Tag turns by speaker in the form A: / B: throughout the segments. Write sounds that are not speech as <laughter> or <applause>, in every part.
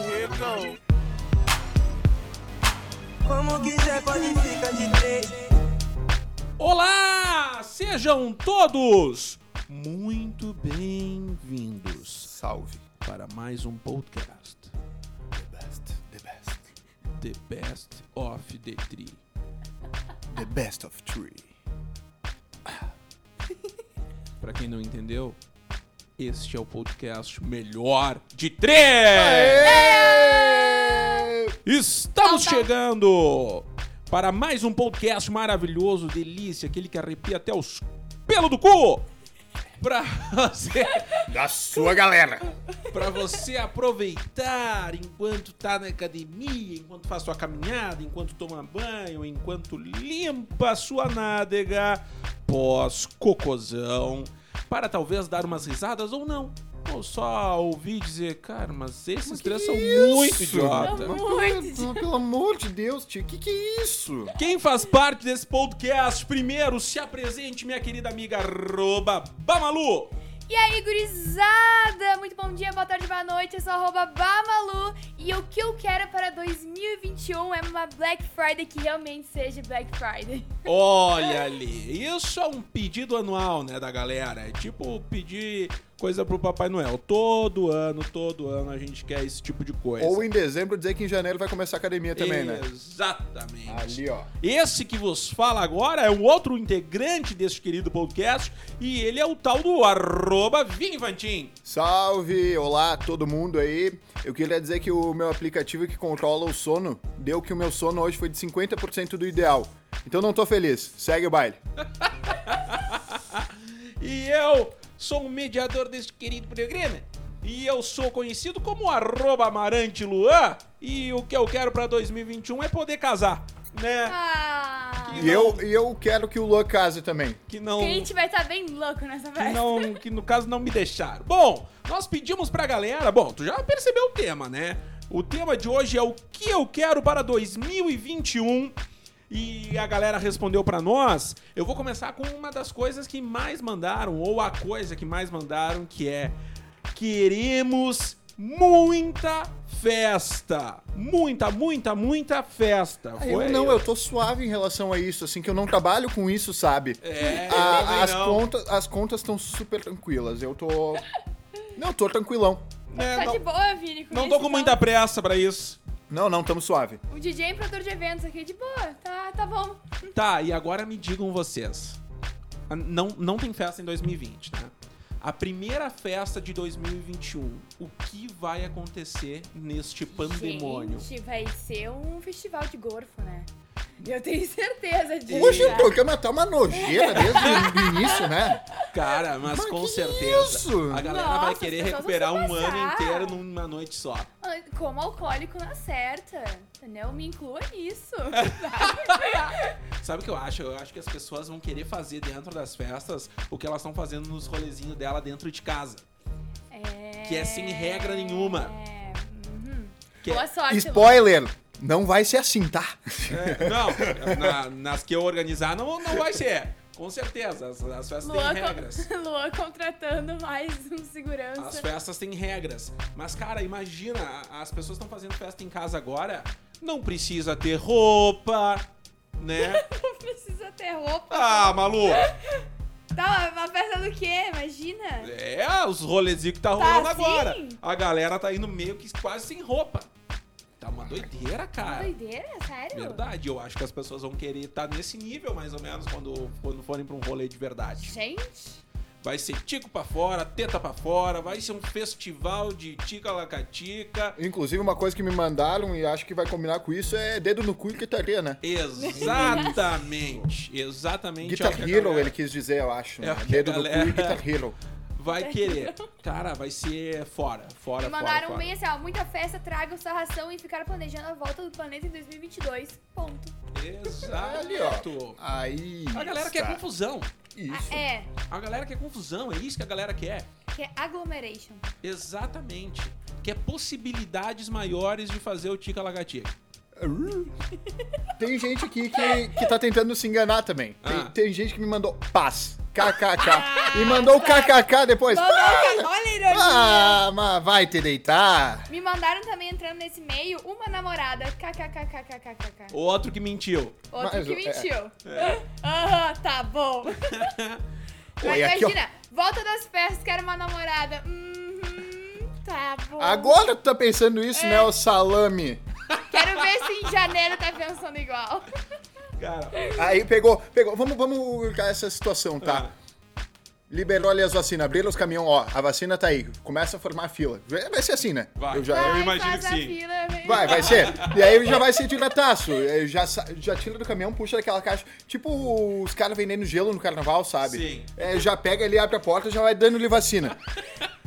A: Não. Como quiser, pode ficar de três.
B: Olá! Sejam todos muito bem-vindos
C: Salve.
B: para mais um podcast
C: The best, the best.
B: The Best of the Tree.
C: The best of three.
B: <laughs> Pra quem não entendeu, este é o podcast melhor de três! Estamos chegando para mais um podcast maravilhoso, delícia, aquele que arrepia até os pelos do cu! Pra você...
C: Da sua galera.
B: Pra você aproveitar enquanto tá na academia, enquanto faz sua caminhada, enquanto toma banho, enquanto limpa a sua nádega pós-cocôzão, para talvez dar umas risadas ou não. Ou só ouvir dizer, cara, mas esses três são muito idiota.
D: Não,
C: Pelo, pelo amor de Deus, tio. Que que é isso?
B: Quem faz parte desse podcast, primeiro se apresente, minha querida amiga arroba Bamalu.
D: E aí, gurizada! Muito bom dia, boa tarde, boa noite. Eu sou arroba Bamalu e o que eu quero para 2021 é uma Black Friday que realmente seja Black Friday.
B: Olha ali, isso é um pedido anual, né, da galera. É tipo pedir coisa pro Papai Noel. Todo ano, todo ano a gente quer esse tipo de coisa.
C: Ou em dezembro dizer que em janeiro vai começar a academia também, né?
B: Exatamente.
C: Ali, ó.
B: Esse que vos fala agora é o outro integrante deste querido podcast e ele é o tal do arroba Vinifantin.
C: Salve, olá todo mundo aí. Eu queria dizer que o meu aplicativo que controla o sono deu que o meu sono hoje foi de 50% do ideal. Então não tô feliz. Segue o baile.
B: E eu sou o mediador deste querido programa. E eu sou conhecido como arroba Amarante Luan. E o que eu quero pra 2021 é poder casar, né?
D: Ah!
B: Que-
C: E eu, e eu quero que o Luan case também.
B: Que não.
D: Kate vai estar tá bem louco nessa
B: Que,
D: festa.
B: não, que no caso não me deixaram. Bom, nós pedimos pra galera. Bom, tu já percebeu o tema, né? O tema de hoje é o que eu quero para 2021. E a galera respondeu pra nós. Eu vou começar com uma das coisas que mais mandaram, ou a coisa que mais mandaram, que é queremos muita festa. Muita, muita, muita festa.
C: Ah, Eu não, eu tô suave em relação a isso, assim, que eu não trabalho com isso, sabe?
B: É, eu
C: A-
B: também
C: as,
B: não.
C: Contas, as contas estão super tranquilas.
B: <laughs>
C: Eu tô. Não, tô tranquilão.
B: É,
D: tá de
B: não,
D: boa, Vini.
B: não
D: isso,
B: tô com
D: então.
B: muita pressa pra isso.
C: Não, não, tamo suave.
D: O DJ e produtor de eventos aqui, de boa. Tá, tá bom.
B: Tá, e agora me digam vocês. Ah, Não, não tem festa em 2020, né? A primeira festa de 2021, o que vai acontecer neste pandemônio?
D: Gente, vai ser um festival de gorfo, né? Eu tenho certeza disso.
C: Hoje o
D: né?
C: programa tá uma nojeira desde
B: <laughs>
C: o início, né?
B: Cara, mas,
C: Mas
B: com
C: que
B: certeza.
C: isso?
B: A galera
D: Nossa,
B: vai
D: as
B: querer
D: pessoas vão
B: recuperar
D: se
B: um ano
D: passar.
B: inteiro numa noite só.
D: Ah, Como alcoólico na certa, entendeu? Me inclua
B: <laughs>
D: nisso. <laughs>
B: Sabe o que eu acho? Eu acho que as pessoas vão querer fazer dentro das festas o que elas estão fazendo nos rolezinhos dela dentro de casa. Que é sem regra nenhuma.
D: É, uhum.
B: Que
D: Boa sorte, Lu.
C: Spoiler! Não vai ser assim, tá? <laughs>
B: É, não, na- nas que eu organizar não, não vai ser. Com certeza, as, as festas
D: Luan,
B: têm regras.
D: con- <laughs> Luan contratando mais um
B: As
D: segurança.
B: festas têm regras. Mas, cara, imagina, a- as pessoas estão fazendo festa em casa agora, não precisa ter roupa, <laughs> né?
D: Não <laughs> precisa ter roupa.
B: Ah, Malu!
D: Tá, uma festa do quê? Imagina.
B: É, os rolezinhos que tá rolando
D: Tá assim?
B: agora. A galera tá indo meio que quase sem roupa. Tá uma doideira, cara.
D: Doideira, sério?
B: É. Verdade, eu acho que as pessoas vão querer estar nesse nível, mais ou menos, quando, quando forem pra um rolê de verdade.
D: Gente,
B: Vai ser tico pra fora, teta pra fora, vai ser um festival de tica lacatica.
C: Inclusive, uma coisa que me mandaram e acho que vai combinar com isso é dedo no cu e guitarria, né?
B: Exatamente, exatamente. é o
C: Guitar
B: que a
C: Hero,
B: galera
C: ele quis dizer, eu acho.
B: É
C: né?
B: o que a
C: Dedo no cu
B: galera-
C: e Guitar Hero.
B: Vai querer. Cara, vai ser fora, fora, fora,
D: me mandaram
B: fora.
D: um bem assim, ó. Muita festa, traga sarração e ficar planejando a volta do planeta em 2022. Ponto.
C: Ali, ó.
B: Exato.
C: Aí.
B: A galera é quer
C: está.
B: confusão.
C: Isso.
D: Ah, é,
B: A galera quer confusão, é isso que a galera quer.
D: que é
B: <laughs>
D: aglomeration.
B: Exatamente. Quer possibilidades maiores de fazer o tica lacatica.
C: Tem gente aqui que, que tá tentando se enganar também. Tem,
B: Ah.
C: tem gente que me mandou paz. KKK. E mandou o KKK depois.
D: Mandou
C: Ah,
D: o ca- Olha a ironia.
C: Ah, mas vai te deitar.
D: Me mandaram também entrando nesse meio uma namorada. KKKKKKK.
B: Outro que mentiu.
D: Outro
C: Mas,
D: que
C: é.
D: mentiu.
B: É.
D: <laughs> Aham, tá bom.
C: Pô,
D: Mas
C: e aqui, ó.
D: imagina, volta das festas, quero uma namorada. Uhum, tá bom.
C: Agora tu tá pensando isso,
D: É.
C: né, o salame?
D: Quero ver se em janeiro tá pensando igual.
B: Cara,
C: Aí pegou, pegou. Vamos, vamos urgar essa situação, tá?
B: Ah.
C: Liberou ali as vacinas, abriram os caminhões, ó, a vacina tá aí, começa a formar fila. Vai ser assim, né?
B: Vai.
C: Eu já-
B: Vai.
D: Ai,
B: É, imagino
D: faz
B: que
D: a
B: sim.
D: fila, vem.
C: Vai, vai ser. E aí já vai ser diretaço. É, Já, sa- já tira do caminhão, puxa daquela caixa. Tipo os caras vendendo gelo no carnaval, sabe?
B: Sim.
C: É, já pega ali, abre a porta, já vai dando-lhe
D: <laughs>
C: vacina.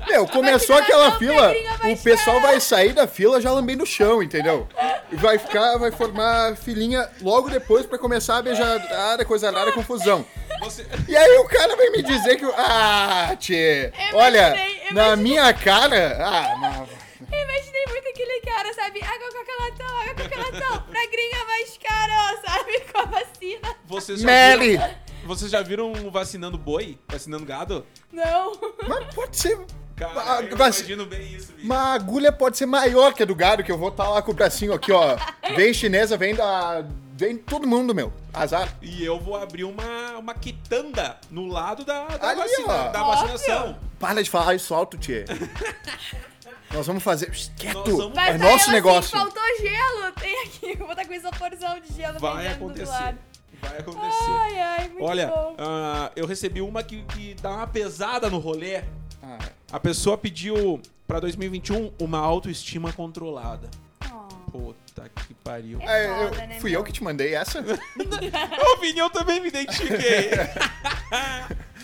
D: é
C: Meu, começou
D: vacina
C: aquela
D: não,
C: fila,
D: Pedrinho, vai
C: o pessoal
D: esperar.
C: vai sair da fila já lambendo o chão, entendeu? E Vai ficar, vai formar filinha logo depois pra começar a beijar, ah, coisa rara, confusão.
B: você.
C: E aí o cara vem me dizer que. eu- Ah, tchê.
D: Imaginei,
C: Olha, na
D: imaginei.
C: minha cara. Ah, mas-
D: Eu imaginei muito aquele cara, sabe? Água com calatão, água com calatão. pra gringa mais cara, sabe? <laughs> Com a vacina.
B: Vocês já, viram,
C: Mary!
B: vocês já viram vacinando boi? Vacinando gado?
D: Não.
C: Mas pode ser.
B: Cara,
C: Ah,
B: eu
C: vac-
B: imagino bem isso, bicho.
C: Uma agulha pode ser maior que a do gado, que eu vou estar lá com o bracinho aqui, ó. Vem chinesa, vem da. Vem todo mundo, meu. Azar.
B: E eu vou abrir uma, uma quitanda no lado da, da,
C: Ali,
B: vacina-
C: ó.
B: da
D: Óbvio.
B: vacinação.
C: Para de falar isso alto, tchê. Nós vamos fazer. Shh, Quieto!
B: vamos-
D: Vai
C: é
D: sair
C: nosso
D: ela
C: negócio.
D: Assim, faltou gelo. Tem aqui, eu vou estar com esse isoporzão de gelo
B: Vai
D: pendendo do
B: acontecer.
D: lado.
B: Vai acontecer.
D: Ai, ai, muito
B: Olha,
D: bom.
B: ah, eu recebi uma que, que dá uma pesada no rolê.
C: Ah,
B: A pessoa pediu pra 2021 uma autoestima controlada. Puta que pariu.
D: É.
C: é, eu-
D: foda, né,
C: fui
D: meu?
C: eu que te mandei essa?
B: A opinião também me
D: <laughs>
B: identifiquei.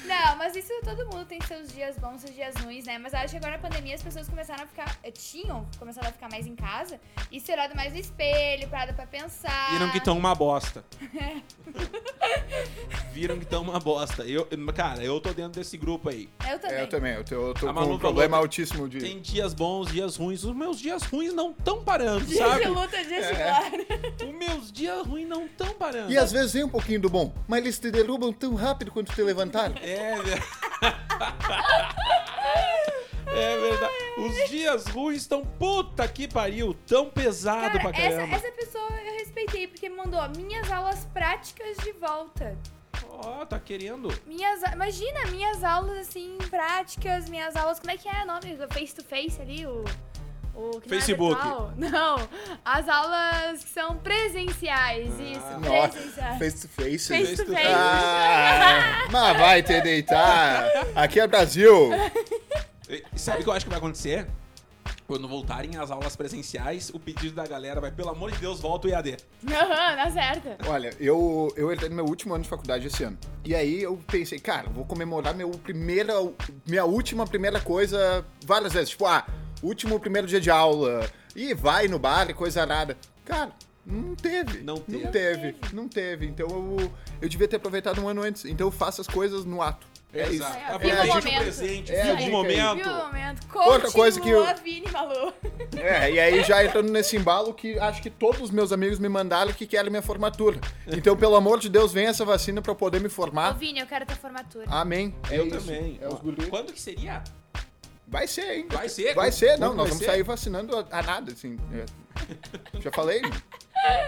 D: Não, mas isso todo mundo tem seus dias bons, seus dias ruins, né? Mas eu acho que agora na pandemia as pessoas começaram a ficar. eh, Tinham começado a ficar mais em casa e se olhado mais no espelho, parada pra pensar.
B: Viram que estão uma
D: <laughs>
B: bosta. Viram que estão uma bosta. Eu, cara, eu tô dentro desse grupo aí.
D: Eu também.
C: É, eu
D: <laughs>
C: também. Eu tô, eu tô
B: A
C: com
B: Malu
C: um problema
B: Ah, falou-
C: altíssimo de.
B: Tem dias bons, dias ruins. Os meus dias ruins não estão parando,
D: Dias de
B: sabe?
D: luta, dias
C: É.
D: de glória.
B: Os meus dias ruins não estão parando.
C: E às vezes vem um pouquinho do bom, mas eles te derrubam tão rápido quanto te levantaram.
B: É, ver- <laughs> é verdade. Os dias ruins estão puta que pariu, tão pesado pra
D: Cara, essa,
B: caramba.
D: essa pessoa eu respeitei porque me mandou minhas aulas práticas de volta.
B: Ó, tá querendo.
D: Minhas, a- imagina minhas aulas assim, práticas, minhas aulas, como é que é o nome? Face to face ali, o. o que não é
B: Facebook.
D: virtual. Não, as aulas que são presenciais, isso,
C: Nossa,
D: presenciais.
C: face to face.
D: é. Face to face.
C: Ah, mas vai te deitar. Aqui é Brasil.
B: E Sabe o que eu acho que vai acontecer? Quando voltarem as aulas presenciais, o pedido da galera vai, pelo amor de Deus, volta o EAD.
D: Aham, dá certo.
C: Olha, eu, eu entrei no meu último ano de faculdade esse ano. E aí eu pensei, cara, vou comemorar meu primeira, minha última primeira coisa várias vezes. Tipo, ah, último primeiro dia de aula. E vai no bar e coisa nada. Cara, não teve.
B: Não teve.
C: Não teve. Não teve. Então eu, eu devia ter aproveitado um ano antes. Então eu faço as coisas no ato. É isso.
B: Exato.
D: É, viva o
B: Aproveite o
D: momento.
B: presente,
C: É,
B: viva
C: dica
B: o
C: aí.
D: Viu o
B: momento.
D: momento?
C: Outra coisa que eu-
D: Continua, Vini, Malu.
C: É, e aí já entrando nesse embalo que acho que todos os meus amigos me mandaram que querem minha formatura. Então, pelo amor de Deus, vem essa vacina pra eu poder me
D: Ô,
B: Ah?
C: formar.
D: Vini, eu quero tua formatura.
C: Amém. É
B: Eu
C: isso.
B: também.
C: É os guris.
B: Quando que seria?
C: Vai ser, hein?
B: Vai ser?
C: Vai ser, não.
B: Quando
C: Nós
B: vai
C: vamos
B: ser?
C: sair vacinando a, a nada, assim. É. Já
B: <laughs>
C: falei?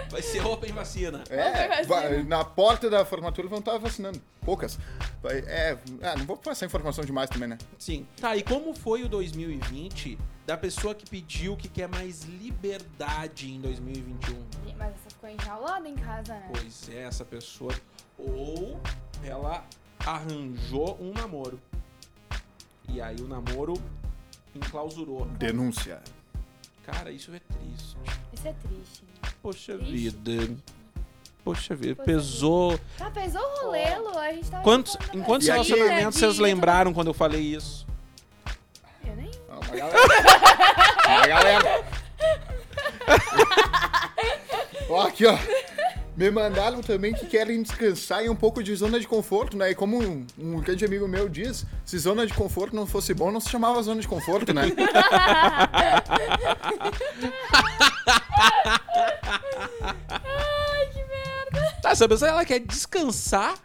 B: Vai ser Open Vacina.
D: Open
C: É,
D: vacina.
C: vai- na porta da formatura vão estar vacinando. Poucas. Vai- É, ah, não vou passar informação demais também, né?
B: Sim. Tá, e como foi o 2020 da pessoa que pediu que quer mais liberdade em 2021?
D: Mas essa ficou enjaulada em casa, né?
B: Pois é, essa pessoa. Ou ela arranjou um namoro. E aí o namoro enclausurou.
C: Denúncia.
B: Cara, isso é triste.
D: Isso é triste. né?
B: Poxa
D: Triste.
B: vida. Poxa vida,
D: Poxa
B: pesou.
D: Tá, pesou o rolê, Lu. A gente tava
B: Quantos,
D: falando da
B: em quantos
C: E aí-
D: pandemia,
B: relacionamentos vocês
D: de-
B: lembraram quando eu falei isso?
D: Eu nem
C: Ah, uma galera. <laughs> uma galera. ó, aqui, ó. Me mandaram também que querem descansar em um pouco de zona de conforto, né? E como um, um grande amigo meu diz, se zona de conforto não fosse bom, não se chamava zona de conforto, né?
D: Ai, que merda.
B: Tá, essa pessoa ela quer descansar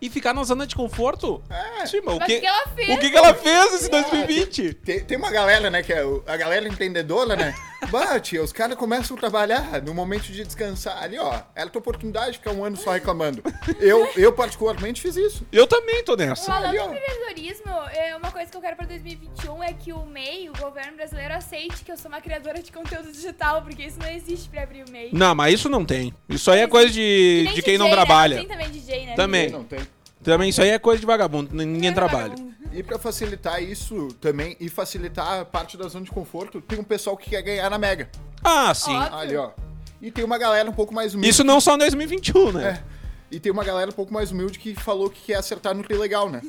B: e ficar na zona de conforto?
C: É.
B: Sim, mas o
D: Mas
B: que,
D: o que ela fez?
B: o que que ela fez esse 2020?
C: Tem, tem uma galera, né, que é o- a galera empreendedora, né? Bate, os caras começam a trabalhar no momento de descansar ali, ó. Ela tem oportunidade de ficar um ano só reclamando. Eu, eu particularmente, fiz isso.
B: Eu também tô nessa.
D: Falando
C: ali, ó.
D: em empreendedorismo, é uma coisa que eu quero pra 2021 é que o MEI, o governo brasileiro, aceite que eu sou uma criadora de conteúdo digital, porque isso não existe pra abrir o MEI.
B: Não, mas isso não tem. Isso aí é coisa
D: Que
B: de,
D: nem
B: de quem não
D: DJ, né?
B: trabalha.
D: Tem também DJ, né?
B: Também.
C: Não tem.
B: Também isso aí é coisa de vagabundo, n- ninguém
D: É,
B: trabalha.
D: vagabundo.
C: E pra facilitar isso também, e facilitar a parte da zona de conforto, tem um pessoal que quer ganhar na Mega.
B: Ah, sim.
D: Ó.
C: Ali, ó. E tem uma galera um pouco mais humilde.
B: Isso não só em 2021, né?
C: É. E tem uma galera um pouco mais humilde que falou que quer acertar no que legal, né?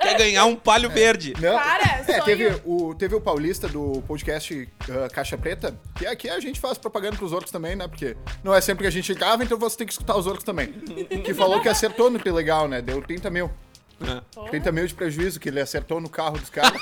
B: Quer ganhar um palho verde.
C: Não.
D: Para,
C: É,
D: sonho.
C: teve o, teve o Paulista do podcast ah, Caixa Preta, que aqui a gente faz propaganda pros outros também, né? Porque não é sempre que a gente grava, então você tem que escutar os outros também. Que falou que acertou no que legal, né? Deu 30 mil.
B: É.
C: 30 mil de prejuízo que ele acertou no carro dos caras.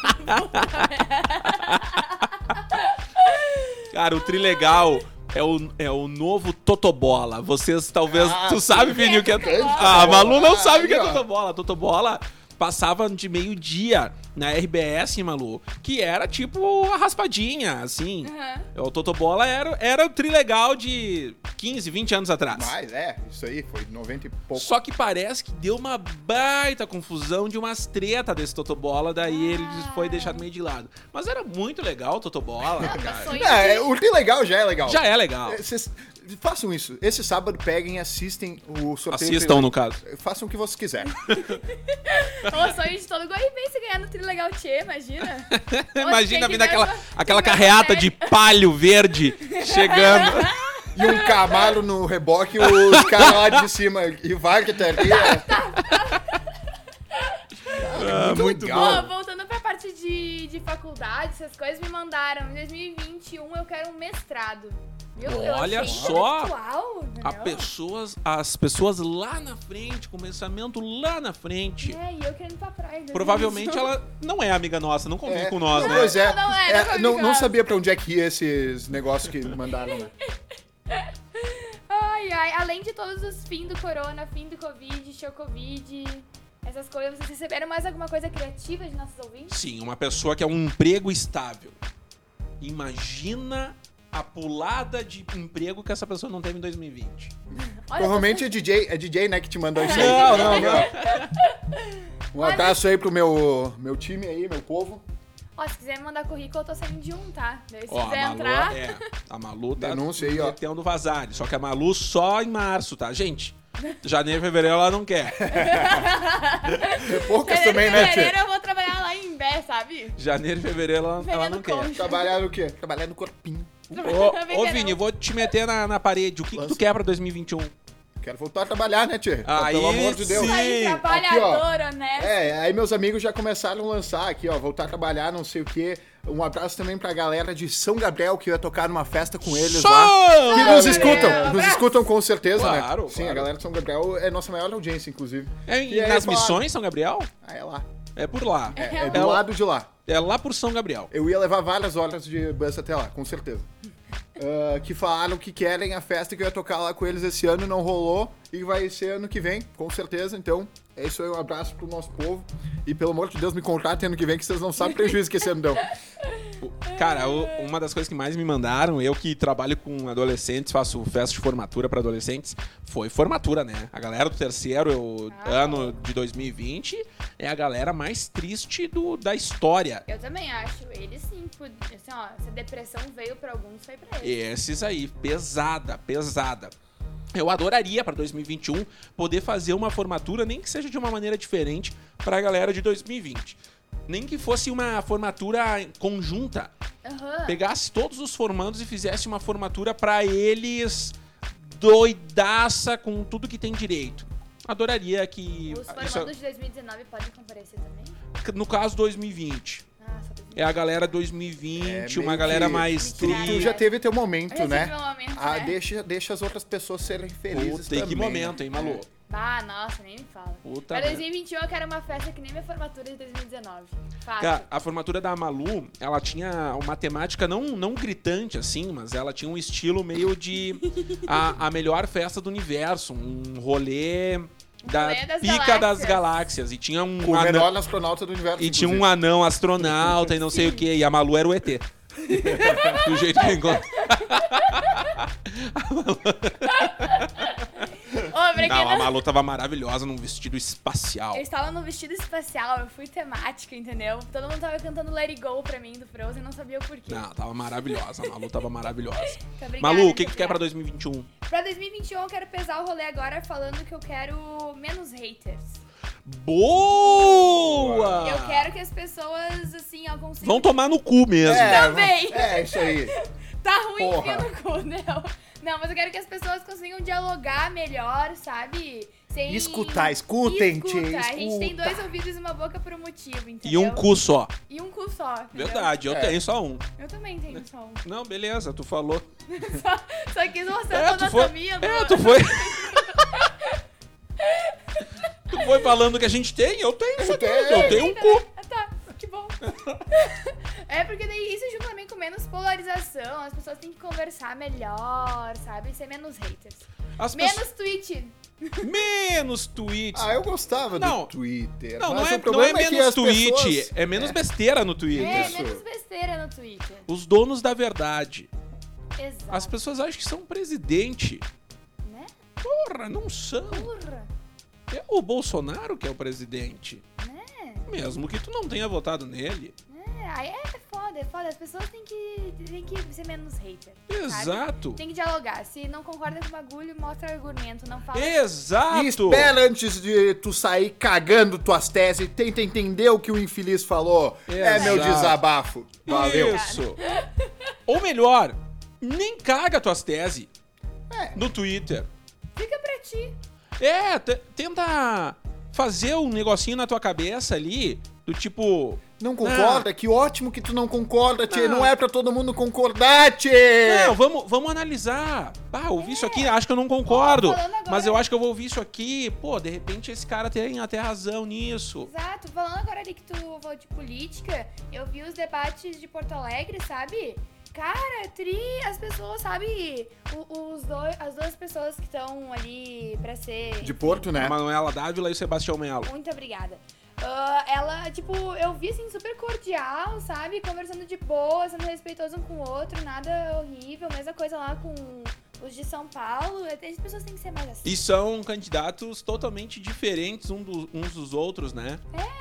B: Cara, o Trilegal é o, é o novo Totobola. Vocês talvez.
C: Ah,
B: tu sabe, Vini, o que é.
C: Totobola.
B: Ah, a Malu não sabe o que é
C: Aí, ó.
B: Totobola. Totobola passava de meio-dia na RBS, Malu, que era tipo a raspadinha, assim.
D: Aham.
B: O Totobola era, era o Trilegal de 15, 20 anos atrás.
C: Mas é, isso aí, foi 90 e pouco.
B: Só que parece que deu uma baita confusão de umas treta desse Totobola, daí ele
C: Ah.
B: foi deixado meio de lado. Mas era muito legal o Totobola,
D: Mas
B: cara.
D: sonho
C: Ah,
D: de-
C: é, o que legal já é legal.
B: Já é legal.
C: É, Vocês façam isso. Esse sábado peguem e assistem o sorteio.
B: Assistam, no caso.
C: Façam o que vocês quiserem.
D: O sonho de todo goiabê se ganhar no Trilegal Tchê,
B: <laughs>
D: imagina.
B: Imagina
D: vir
B: vindo aquela, aquela carreata de palho verde chegando.
C: E um camaro no reboque, os caras lá de cima. E Wagner ali. é. Cara, muito,
B: Ah, muito
C: legal.
D: Ó, voltando pra parte de, de faculdade, essas coisas me mandaram. Em 2021 eu quero um mestrado. Viu? Eu
B: Olha
D: achei
B: só!
D: intelectual, entendeu?
B: A pessoas, as pessoas lá na frente, com o pensamento lá na frente.
D: É, e eu querendo ir pra praia. né?
B: Provavelmente ela não é amiga nossa, não convive
C: É.
B: com nós, né?
C: Pois é.
D: Não, não é,
C: É,
D: não foi
C: não,
D: legal.
C: não sabia pra onde é que ia esses negócios que mandaram, né?
D: <laughs> Ai, ai. Além de todos os fim do corona, fim do covid, show covid, essas coisas, vocês receberam mais alguma coisa criativa de nossos ouvintes?
B: Sim, uma pessoa que é um emprego estável. Imagina a pulada de emprego que essa pessoa não teve em 2020.
D: Olha,
C: Provavelmente é DJ, é DJ, né, que te mandou isso aí.
B: Não, não, não.
C: Um abraço aí pro meu, meu time aí, meu povo.
D: Ó, se quiser me mandar currículo, eu tô saindo de um, tá? Daí se
B: Ó,
D: quiser
B: a Malu,
D: entrar.
B: é, a Malu tá
C: Denúncia aí, ó.
B: metendo vazare. Só que a Malu só em março, tá? Gente, janeiro e fevereiro ela não quer.
C: Tem poucas
D: Fevereiro,
C: também, né,
D: fevereiro
C: tia?
D: eu vou trabalhar lá em Bé, sabe?
B: Janeiro e fevereiro ela, ela não
D: Vendendo
B: quer.
D: <laughs> concha.
C: Trabalhar no quê? Trabalhar no corpinho.
B: Tá Ô, ô
D: Vendendo.
B: Vini, eu vou te meter na, na parede. O que, que tu quer pra 2021?
C: Quero voltar a trabalhar, né, tia?
B: Aí
C: Pelo amor de Deus.
B: sim. tá
D: Aí,
B: Aqui, ó.
D: trabalhadora, né?
C: É, aí meus amigos já começaram a lançar aqui, ó, voltar a trabalhar, não sei o quê. Um abraço também pra galera de São Gabriel que ia tocar numa festa com eles
B: Só- Um
C: lá. Que nos
D: Gabriel,
C: escutam, nos
D: abraço.
C: escutam com certeza, né?
B: Claro,
C: Sim,
B: claro.
C: a galera de São Gabriel é nossa maior audiência, inclusive.
B: É
C: E
B: em-
C: aí,
B: nas
C: falaram-
B: missões, São Gabriel?
C: Ah, é lá.
B: É por lá.
C: É, é do
B: É lá.
C: lado de lá.
B: É lá por São Gabriel.
C: Eu ia levar várias horas de bus até lá, com certeza. <laughs> Ah, que falaram que querem a festa que eu ia tocar lá com eles esse ano, não rolou. E vai ser ano que vem, com certeza. Então, é isso aí, um abraço pro nosso povo. E pelo amor de Deus, me contratem ano que vem, que vocês não sabem o prejuízo que esse ano deu.
B: Cara, o- uma das coisas que mais me mandaram, eu que trabalho com adolescentes, faço festa de formatura pra adolescentes, foi formatura, né? A galera do terceiro eu-
D: Ah.
B: ano de 2020 é a galera mais triste do, da história.
D: Eu também acho. Ele sim, pod- assim, ó, se a depressão veio pra alguns, foi pra ele.
B: Esses aí, pesada, pesada. Eu adoraria pra 2021 poder fazer uma formatura, nem que seja de uma maneira diferente pra galera de 2020. Nem que fosse uma formatura conjunta,
D: Aham.
B: pegasse todos os formandos e fizesse uma formatura pra eles doidaça com tudo que tem direito. Adoraria que
D: Os
B: isso- é-
D: formandos de 2019 podem comparecer também?
B: no caso 2020.
D: Ah, só 2019.
B: É a galera 2020,
C: É, meio
B: uma galera
C: que-
B: mais
D: Mentira,
B: triste.
C: Tu já teve teu momento,
D: Eu
C: né?
D: recebi meu momento,
C: Ah,
D: né?
C: deixa, deixa as outras pessoas serem felizes
B: Puta, e que
C: também,
B: momento,
C: né?
B: hein, Malu?
D: Ah, nossa, nem me fala.
B: Puta
D: Pra
B: merda.
D: 2021 eu quero uma festa que nem minha formatura de 2019. Fácil.
B: Cara, a formatura da Malu, ela tinha uma temática não, não gritante assim, mas ela tinha um
D: <laughs>
B: estilo meio de a, a melhor festa do universo, um rolê da
D: Rolê das
B: pica das
D: Galáxias.
B: galáxias. E tinha um
C: O
B: anão-
C: melhor astronauta do universo.
B: E tinha um
C: inclusive.
B: anão astronauta e não sei o que. E a Malu era o
D: <laughs>
B: ET. Do jeito que eu encontro.
D: Ô, pra quem
B: Não, a
D: não-
B: Malu tava maravilhosa num vestido espacial.
D: Eu estava no vestido espacial, eu fui temática, entendeu? Todo mundo tava cantando Let It Go pra mim do Frozen, não sabia o porquê.
B: Não, tava maravilhosa. A Malu tava maravilhosa.
D: Tá, <laughs> obrigada,
B: Malu, o que, que tu
D: obrigada.
B: quer pra 2021?
D: Pra 2021 eu quero pesar o rolê agora falando que eu quero menos haters.
C: Ah.
B: Boa!
D: Eu quero que as pessoas, assim, ó, consigam...
B: Vão tomar no cu mesmo.
C: É,
D: Também.
C: É,
B: <laughs>
C: isso aí.
D: Tá ruim,
C: Porra.
D: enfia no cu, <laughs> não. Não, mas eu quero que as pessoas consigam dialogar melhor, sabe? Sem...
C: Escutar, escutem,
D: Escuta.
C: tia,
D: A gente tem
C: escuta.
D: dois ouvidos e uma boca por um motivo,
B: E
D: entendeu?
B: um cu só.
D: E um cu só. entendeu?
B: Verdade, eu
C: É.
B: tenho só um.
D: Eu também tenho só um.
B: Não, beleza, tu falou.
D: Só, <laughs> só quis mostrar
B: É,
D: toda
B: tu
D: a
B: foi.
D: anatomia do...
B: É, tu
C: <laughs>
B: foi. tu foi falando que a gente tem, eu tenho isso aqui.
C: tenho.
B: Eu tenho um cu.
D: Ah, tá, que bom. <laughs> é porque daí isso junto também com menos polarização. As pessoas têm que conversar melhor, sabe? Ser menos haters.
B: As pessoas-
D: Menos tweet.
B: Menos tweets.
C: Ah, eu gostava
B: Não.
C: do Twitter.
B: não, não
C: mas
B: é,
C: o
B: não é
C: problema que
B: menos
C: as
B: tweet,
C: pessoas-
B: é menos besteira no Twitter.
D: É,
C: Isso.
D: menos besteira no Twitter.
B: Os donos da verdade.
D: Exato.
B: As pessoas acham que são presidente.
D: Né?
B: Porra, não são.
D: Burra.
B: É o Bolsonaro que é o presidente.
D: Né?
B: Mesmo que tu não tenha votado nele.
D: É, aí é foda, é foda. As pessoas têm que, têm que ser menos hater. sabe?
B: Exato.
D: Tem que dialogar. Se não concorda com o bagulho, mostra argumento. Não fala.
B: É. Exato.
C: E espera antes de tu sair cagando tuas teses. Tenta entender o que o infeliz falou. É
B: Exato.
C: meu desabafo. Valeu.
B: Isso. Ou melhor, nem caga tuas teses
C: É.
B: no Twitter.
D: Fica pra ti.
B: É, te- tenta fazer um negocinho na tua cabeça ali, do tipo.
C: Não concorda? Que ótimo que tu não concorda, tchê.
B: Não.
C: Não é pra todo mundo concordar, tchê.
B: Ah. Não, vamos, vamos analisar. Ah, ouvi isso aqui, acho que eu não concordo.
D: É. Tô falando agora.
B: Mas eu acho que eu vou ouvir isso aqui. Pô, de repente esse cara tem até razão nisso.
D: Exato. Falando agora ali que tu falou de política, eu vi os debates de Porto Alegre, sabe? Cara, tri, as pessoas, sabe? o- os dois, as duas pessoas que estão ali pra ser.
C: De Porto, né?
B: A Manuela Dávila e o Sebastião Melo.
D: Muito obrigada. Ah, ela, tipo, eu vi assim, super cordial, sabe? Conversando de boa, sendo respeitoso um com o outro, nada horrível, mesma coisa lá com os de São Paulo. Até as pessoas têm que ser mais assim.
B: E são candidatos totalmente diferentes um do- uns dos outros, né?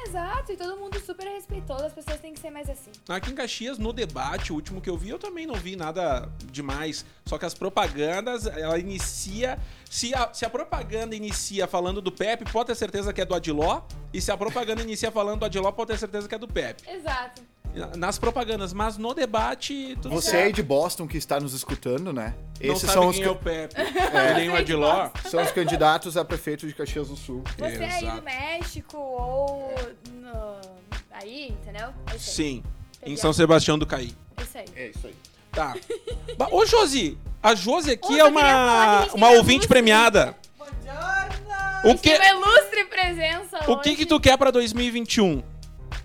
D: Exato, e todo mundo super respeitoso, as pessoas têm que ser mais assim.
B: Aqui em Caxias, no debate, o último que eu vi, eu também não vi nada demais. Só que as propagandas, ela inicia. Se a, se a propaganda inicia falando do Pepe, pode ter certeza que é do Adiló. E se a propaganda inicia falando do Adiló, pode ter certeza que é do Pepe.
D: Exato.
B: Nas propagandas, mas no debate. Tudo
C: Você aí
B: certo.
C: de Boston que está nos escutando, né?
B: não
C: Esses
B: sabe
C: são os,
B: quem é o Pepe.
D: É.
B: Nem o Adiló.
C: can- são os candidatos a prefeito de Caxias do Sul.
D: Você aí
B: Exato.
D: do México ou no... aí, entendeu? É isso aí.
B: Sim. Em
D: Peguei.
B: São Sebastião do Caí.
D: É isso aí.
C: É isso aí.
B: Tá. Ba- Ô, Josi! A Josi aqui
D: Ô,
B: é
D: eu queria falar que a
B: uma,
D: gente
B: uma
D: tem
B: ouvinte
D: uma
B: premiada. O
D: Tem
B: que,
D: uma ilustre presença
B: o que que
D: hoje.
B: tu quer pra 2021?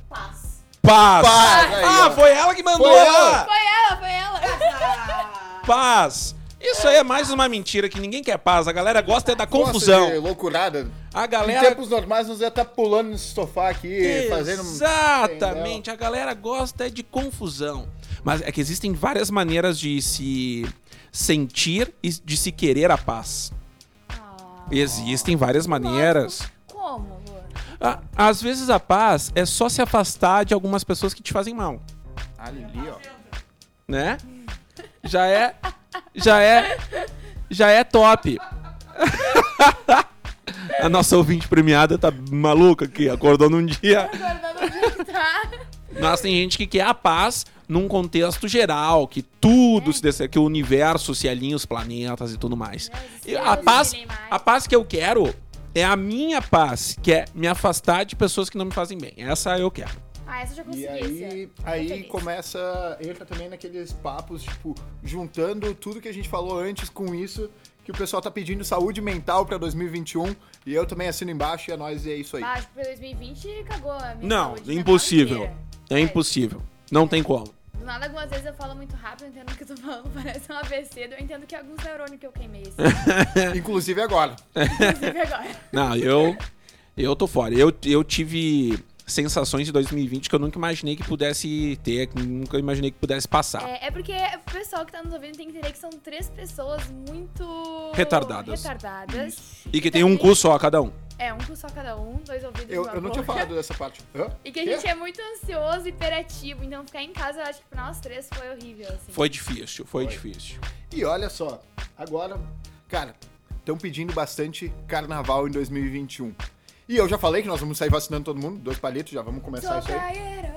E: Paz.
B: Paz!
C: Paz, aí,
B: ah,
C: ó.
B: foi ela que mandou
C: Foi
B: lá!
D: Foi ela, foi ela.
B: Paz! Isso aí é mais uma mentira que ninguém quer paz. A galera gosta é da
C: Nossa, de
B: confusão.
C: loucurada.
B: A
C: Em
B: galera.
C: tempos normais, nós ia estar pulando nesse sofá aqui, fazendo... um
B: Exatamente, a galera gosta é de confusão. Mas é que existem várias maneiras de se sentir e de se querer a paz.
D: Ah,
B: Existem várias maneiras.
D: como, Luan?
B: Ah, Às vezes a paz é só se afastar de algumas pessoas que te fazem mal,
C: Ali, ali, ó.
B: né? Já é, já é, já é top. <laughs> A nossa ouvinte premiada tá maluca aqui, acordou num dia.
D: Acordando o dia que
B: <laughs>
D: tá.
B: Mas tem gente que quer a paz num contexto geral, que tudo se desse, que o universo se alinhe os planetas e tudo mais. E a paz, a paz que eu quero é a minha paz, que é me afastar de pessoas que não me fazem bem. Essa eu quero.
D: Ah, essa eu já consegui.
C: E
D: esse
C: aí,
D: ano.
C: aí
D: feliz.
C: começa, entra também naqueles papos, tipo, juntando tudo que a gente falou antes com isso, que o pessoal tá pedindo saúde mental pra 2021, e eu também assino embaixo, e é nóis, e é isso aí.
D: Ah, acho que pra 2020 cagou a minha
B: Não,
D: saúde né? mental
B: impossível.
D: inteira.
B: É impossível. Não tem como.
D: Não nada, algumas vezes eu falo muito rápido, eu entendo o que eu tô falando, <laughs> parece um AVC, eu entendo que é alguns neurônios que eu queimei,
B: <laughs>
C: <laughs>
D: assim,
C: Inclusive
D: <laughs>
C: agora.
D: inclusive agora.
B: Não, eu. Eu tô fora. Eu, eu tive sensações de 2020 que eu nunca imaginei que pudesse ter, que nunca imaginei que pudesse passar.
D: É, é porque o pessoal que tá nos ouvindo tem que entender que são três pessoas muito...
B: Retardadas.
D: Retardadas.
B: E que tem um cu só, cada um.
D: É, um cu só cada um, dois ouvidos e
C: Eu,
D: uma
C: eu não tinha
D: boca.
C: falado dessa parte. Hã?
D: E que a
C: Quê?
D: gente é muito ansioso e hiperativo, então ficar em casa, eu acho que pra nós três foi horrível, assim.
B: Foi difícil, foi, difícil.
C: E olha só, agora, cara, estão pedindo bastante carnaval em 2021. E eu já falei que nós vamos sair vacinando todo mundo, dois palitos, já vamos começar
D: Sou
C: isso aí.
D: praieiro,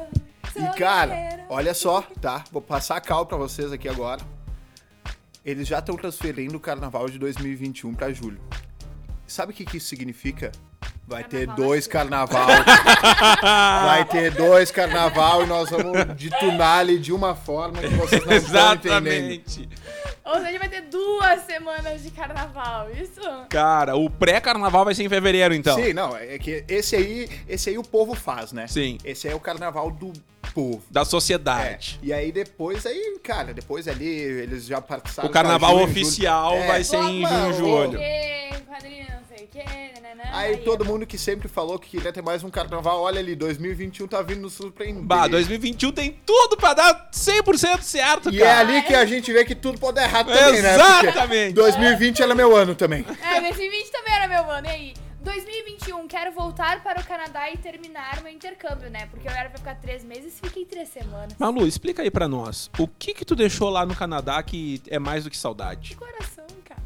D: sou
C: E cara,
D: guerreiro.
C: olha só, tá? Vou passar a cal pra vocês aqui agora. Eles já estão transferindo o carnaval de 2021 pra julho. Sabe o que, que isso significa? Vai ter
D: Carnaval
C: dois
D: na
C: carnaval. Vai ter dois carnaval e nós vamos ditunar ele de uma forma que vocês não estão entendendo.
B: Exatamente.
D: Ou seja, vai ter duas semanas de carnaval, isso?
B: Cara, o pré-carnaval vai ser em fevereiro, então.
C: Sim, não, é que esse aí, esse aí o povo faz, né?
B: Sim.
C: Esse aí é o carnaval do povo.
B: Da
C: É.
B: sociedade.
C: E aí depois, aí, cara, depois ali eles já participaram.
B: O carnaval
C: pra
B: oficial
C: É.
B: vai ser em
C: Opa,
B: junho,
C: o-
B: julho.
D: Que, quadrinho, não sei o que, nananã,
C: Aí todo mundo que sempre falou que queria ter mais um carnaval, olha ali, 2021 tá vindo nos surpreender.
B: Bah, 2021 tem tudo pra dar 100% certo,
C: E é
B: cara.
C: ali que a gente vê que tudo pode dar errado também, né? Porque
B: Exatamente.
C: 2020 era meu ano também.
D: É, 2020 também era meu ano, e aí? 2021, quero voltar para o Canadá e terminar meu intercâmbio, né? Porque eu era pra ficar três meses e fiquei três semanas.
B: Malu, explica aí pra nós. O que que tu deixou lá no Canadá que é mais do que saudade?
D: Que coração, cara.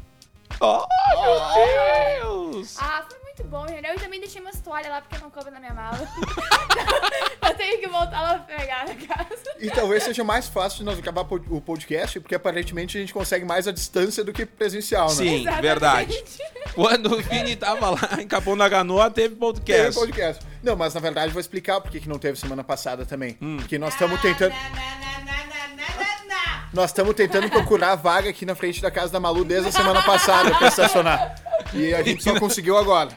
B: Oh, meu Deus!
D: Ah, foi muito bom, entendeu? Eu também deixei umas toalhas lá porque não coube na minha mala. <laughs> eu tenho que voltar lá pra pegar na casa.
C: E talvez seja mais fácil de nós acabar pod- o podcast, porque aparentemente a gente consegue mais a distância do que presencial, né?
B: Sim,
D: Exatamente.
B: verdade. Quando o Vini tava lá em Capão da Canoa, teve
C: Teve
B: podcast.
C: podcast. Não, mas na verdade eu vou explicar por que que não teve semana passada também.
B: Hum.
C: Porque nós estamos
D: Na,
C: tentando,
D: na, na, na, na, na, na, na.
C: nós estamos tentando procurar a vaga aqui na frente da casa da Malu desde a semana passada pra estacionar. E a gente só conseguiu agora.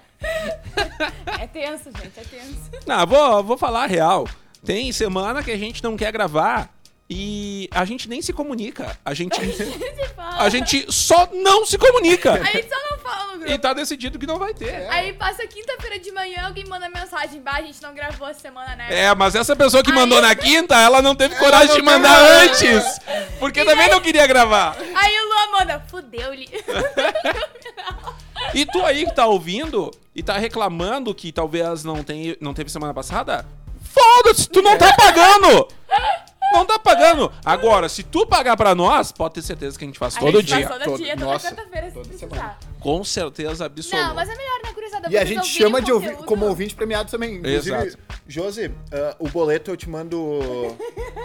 D: É tenso, gente,
B: <laughs>
D: é tenso.
B: Não, vou, vou falar a real. Tem semana que a gente não quer gravar e a gente nem se comunica. A gente,
D: Se fala.
B: a gente só não se comunica.
D: A gente só não fala no grupo.
B: E tá decidido que não vai ter.
D: Aí passa quinta-feira de manhã, alguém manda mensagem. Bah, a gente não gravou a semana, né?
B: É, mas essa pessoa que mandou
D: Aí-
B: na quinta, ela não teve coragem de
C: não teve
B: mandar
C: coragem.
B: antes. Porque
D: E
B: também
D: daí-
B: não queria gravar.
D: Aí o Luan manda,
B: <laughs>
D: fudeu-lhe.
B: E tu aí que tá ouvindo e tá reclamando que talvez não, tem, não teve semana passada, foda-se, tu não tá pagando! Não tá pagando! Agora, se tu pagar pra nós, pode ter certeza que a gente faz
D: A
B: todo
D: gente faz
B: dia.
D: Todo,
C: todo-
D: dia, toda
C: nossa,
D: quarta-feira, se
C: toda
D: precisar.
B: Com certeza absoluta.
D: Não, mas é melhor, né, gurizada?
C: E a
D: Vocês
C: gente
D: ouvirem
C: chama de ouvir,
D: conteúdo.
C: como ouvinte premiado também.
B: Exato.
C: Josi, ah, o boleto eu te mando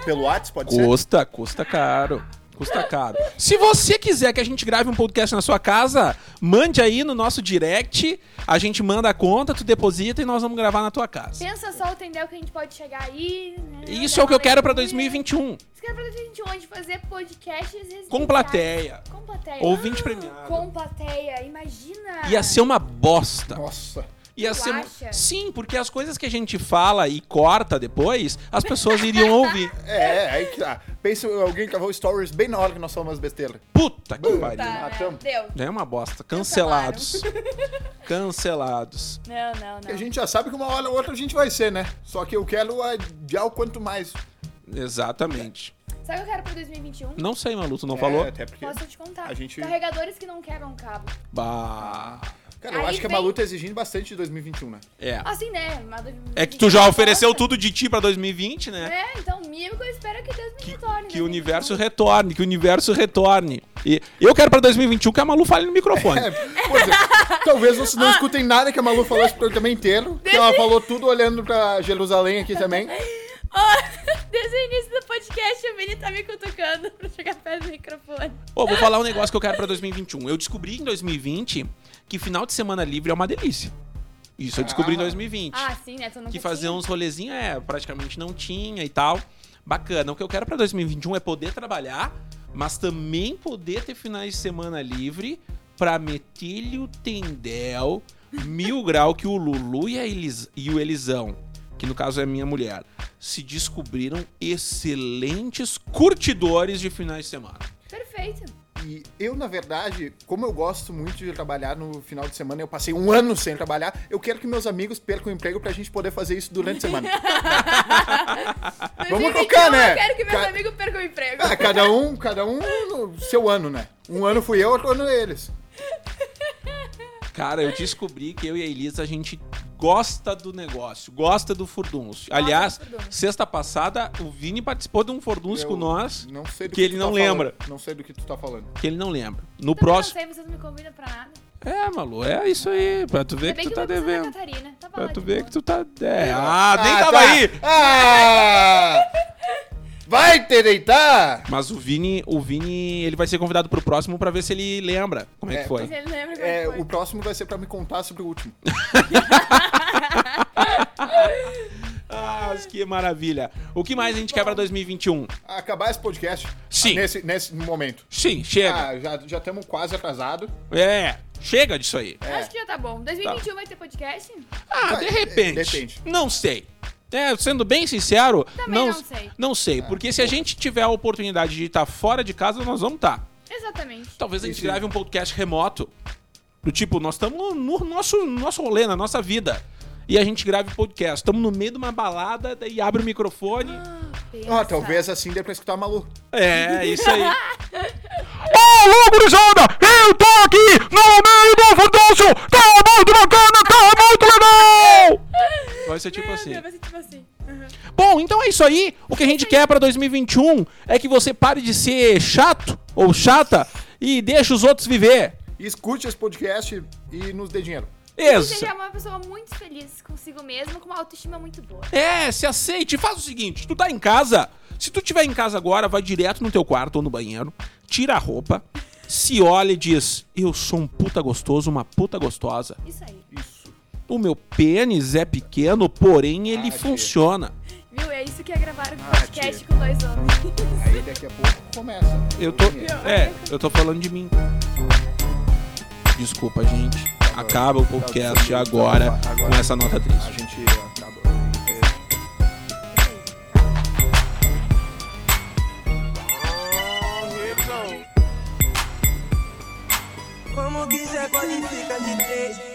C: pelo WhatsApp, pode ser?
B: Custa, custa caro. Custa caro. Se você quiser que a gente grave um podcast na sua casa, mande aí no nosso direct, a gente manda a conta, tu deposita e nós vamos gravar na tua casa.
D: Pensa só o Tendel que a gente pode chegar aí. né,
B: Isso
D: dar
B: é o que eu
D: uma
B: quero pra
D: alegria.
B: 2021.
D: Isso que é pra 2021, a gente fazer podcasts residenciais.
B: Com plateia.
D: Com plateia. Ah,
B: Ouvinte premiado.
D: Com plateia, imagina.
B: Ia ser uma bosta.
C: Nossa.
B: Ia ser...
D: acha?
B: Sim, porque as coisas que a gente fala e corta depois, as pessoas iriam
D: <laughs>
B: ouvir.
C: É, aí que tá. Pensa em alguém que gravou stories bem na hora que nós falamos besteira.
B: Puta que
D: Tá,
B: pariu.
D: né?
C: Matamos.
D: Deu.
B: É uma bosta.
D: <laughs>
B: Cancelados. Cancelados.
D: Não, não, não.
C: A gente já sabe que uma hora ou outra a gente vai ser, né? Só que eu quero adiar o quanto mais.
B: Exatamente.
D: Sabe o que eu quero pra 2021?
B: Não sei, Malu, tu não
C: É,
B: falou?
C: Até porque...
D: Posso te contar.
C: A gente-
D: Carregadores que não quebram cabo.
B: Bah.
C: Cara, eu
D: Aí
C: acho que a
D: vem-
C: Malu tá exigindo bastante de 2021, né?
B: É.
D: Assim, né? Mas
B: É que tu já ofereceu
D: Nossa.
B: tudo de ti pra 2020, né?
D: É, então mimo que eu espero que Deus me retorne.
B: Que
D: né?
B: o universo retorne, que o universo retorne. E eu quero pra 2021 que a Malu fale no microfone.
C: <laughs> É, por exemplo, talvez vocês não escutem nada que a Malu falou esse programa é inteiro. Que ela falou tudo olhando pra Jerusalém aqui também.
D: Ó, <laughs> desde o início do podcast, o Vini tá me cutucando pra chegar perto do microfone.
B: Ô, vou falar um negócio que eu quero pra 2021. Eu descobri em 2020 que final de semana livre é uma delícia. Isso eu descobri em
C: Ah.
B: 2020.
D: Ah, sim, né? Tu não
B: que fazer uns rolezinhos, é, praticamente não tinha e tal. Bacana. O que eu quero pra 2021 é poder trabalhar, mas também poder ter finais de semana livre pra Metilho Tendel, Mil Grau, que o Lulu e, a Elis, e o Elisão, que no caso é minha mulher, se descobriram excelentes curtidores de finais de semana.
D: Perfeito.
C: E eu, na verdade, como eu gosto muito de trabalhar no final de semana, eu passei um ano sem trabalhar, eu quero que meus amigos percam o emprego pra gente poder fazer isso durante a semana. Vamos
D: 2021,
C: tocar, né?
D: então, Eu quero que meus
C: Ca-
D: amigos percam o emprego. Então,
C: Ah, cada um, cada um no seu ano, né? Um ano fui eu, outro ano eles.
B: Cara, eu descobri que eu e a Elisa, a gente gosta do negócio, gosta do furdúncio. Aliás,
D: do furdúncio.
B: sexta passada, o Vini participou de um furdúncio
C: Eu
B: com nós,
C: Não sei do
B: Que ele
C: tu
B: não
C: tá
B: lembra.
C: falando. Não sei do que tu tá falando.
B: que ele não lembra. No
D: Também
B: próximo...
D: Não sei, vocês não me convidam pra nada.
B: É, Malu, é isso aí, pra tu ver
D: Ainda
B: que
D: bem
B: tu
D: que
B: tá
D: eu vou pra Santa
B: devendo.
D: Catarina. Tava
B: Pra
D: lá
B: tu
D: de
B: ver
D: boa.
B: que tu tá... É, ah, nem tava
C: tá.
B: aí!
C: Ah! Vai te deitar!
B: Mas o Vini, o Vini, ele vai ser convidado pro próximo pra ver se ele lembra como é,
C: É,
B: que
D: Mas
B: foi.
D: ele lembra como
C: É,
D: foi.
C: o próximo vai ser pra me contar sobre o último.
B: Ah, que maravilha. O que mais a gente quer pra 2021?
C: Acabar esse podcast.
B: Sim.
C: Nesse, nesse momento.
B: Sim, chega.
C: Ah, já estamos quase atrasado.
B: É, chega disso aí.
D: Acho que já tá bom. 2021 vai ter podcast?
B: Ah, de
C: Vai, é,
B: repente.
C: depende.
B: Não sei. É, sendo bem sincero,
D: Também não sei.
B: Não sei,
C: É.
B: porque se a gente tiver a oportunidade de estar fora de casa, nós vamos estar.
D: Exatamente.
B: Talvez a gente
C: Isso.
B: grave um podcast remoto. Do tipo, nós estamos no, no nosso, nosso rolê, na nossa vida. E a gente grave podcast. Estamos no meio de uma balada daí abre o microfone.
D: Ah.
C: Ó,
D: Pensa.
C: talvez assim dê pra escutar Malu.
B: É, isso
D: <laughs>
B: aí. Alô, gurizada! Eu tô aqui no meio do furdúncio! Tá muito bacana, tá muito legal! Vai ser tipo
D: Meu
B: assim.
D: Deus, vai ser tipo assim. Uhum.
B: Bom, então é isso aí. O que a gente quer pra 2021 é que você pare de ser chato ou chata e deixe os outros viver.
C: E escute esse podcast e nos dê dinheiro.
D: Que
B: Isso.
D: seja é uma pessoa muito feliz consigo mesmo, com uma autoestima muito boa.
B: É, se aceite. Faz o seguinte, tu tá em casa. Se tu tiver em casa agora, vai direto no teu quarto ou no banheiro, tira a roupa, se olha e diz: "Eu sou um puta gostoso, uma puta gostosa.
D: Isso aí.
C: Isso.
B: O meu pênis é pequeno, porém ele
C: Ah, tia.
B: funciona."
D: Viu? É isso que é gravar um
C: Ah,
D: podcast
C: tia.
D: com dois homens.
C: Aí daqui a pouco começa. né?
B: Eu tô.
C: Dinheiro.
B: É, eu tô falando de mim. Desculpa, gente. Acaba o podcast agora com essa nota
C: A
B: triste.
C: gente acabou. É,
A: Como quiser pode ficar de três.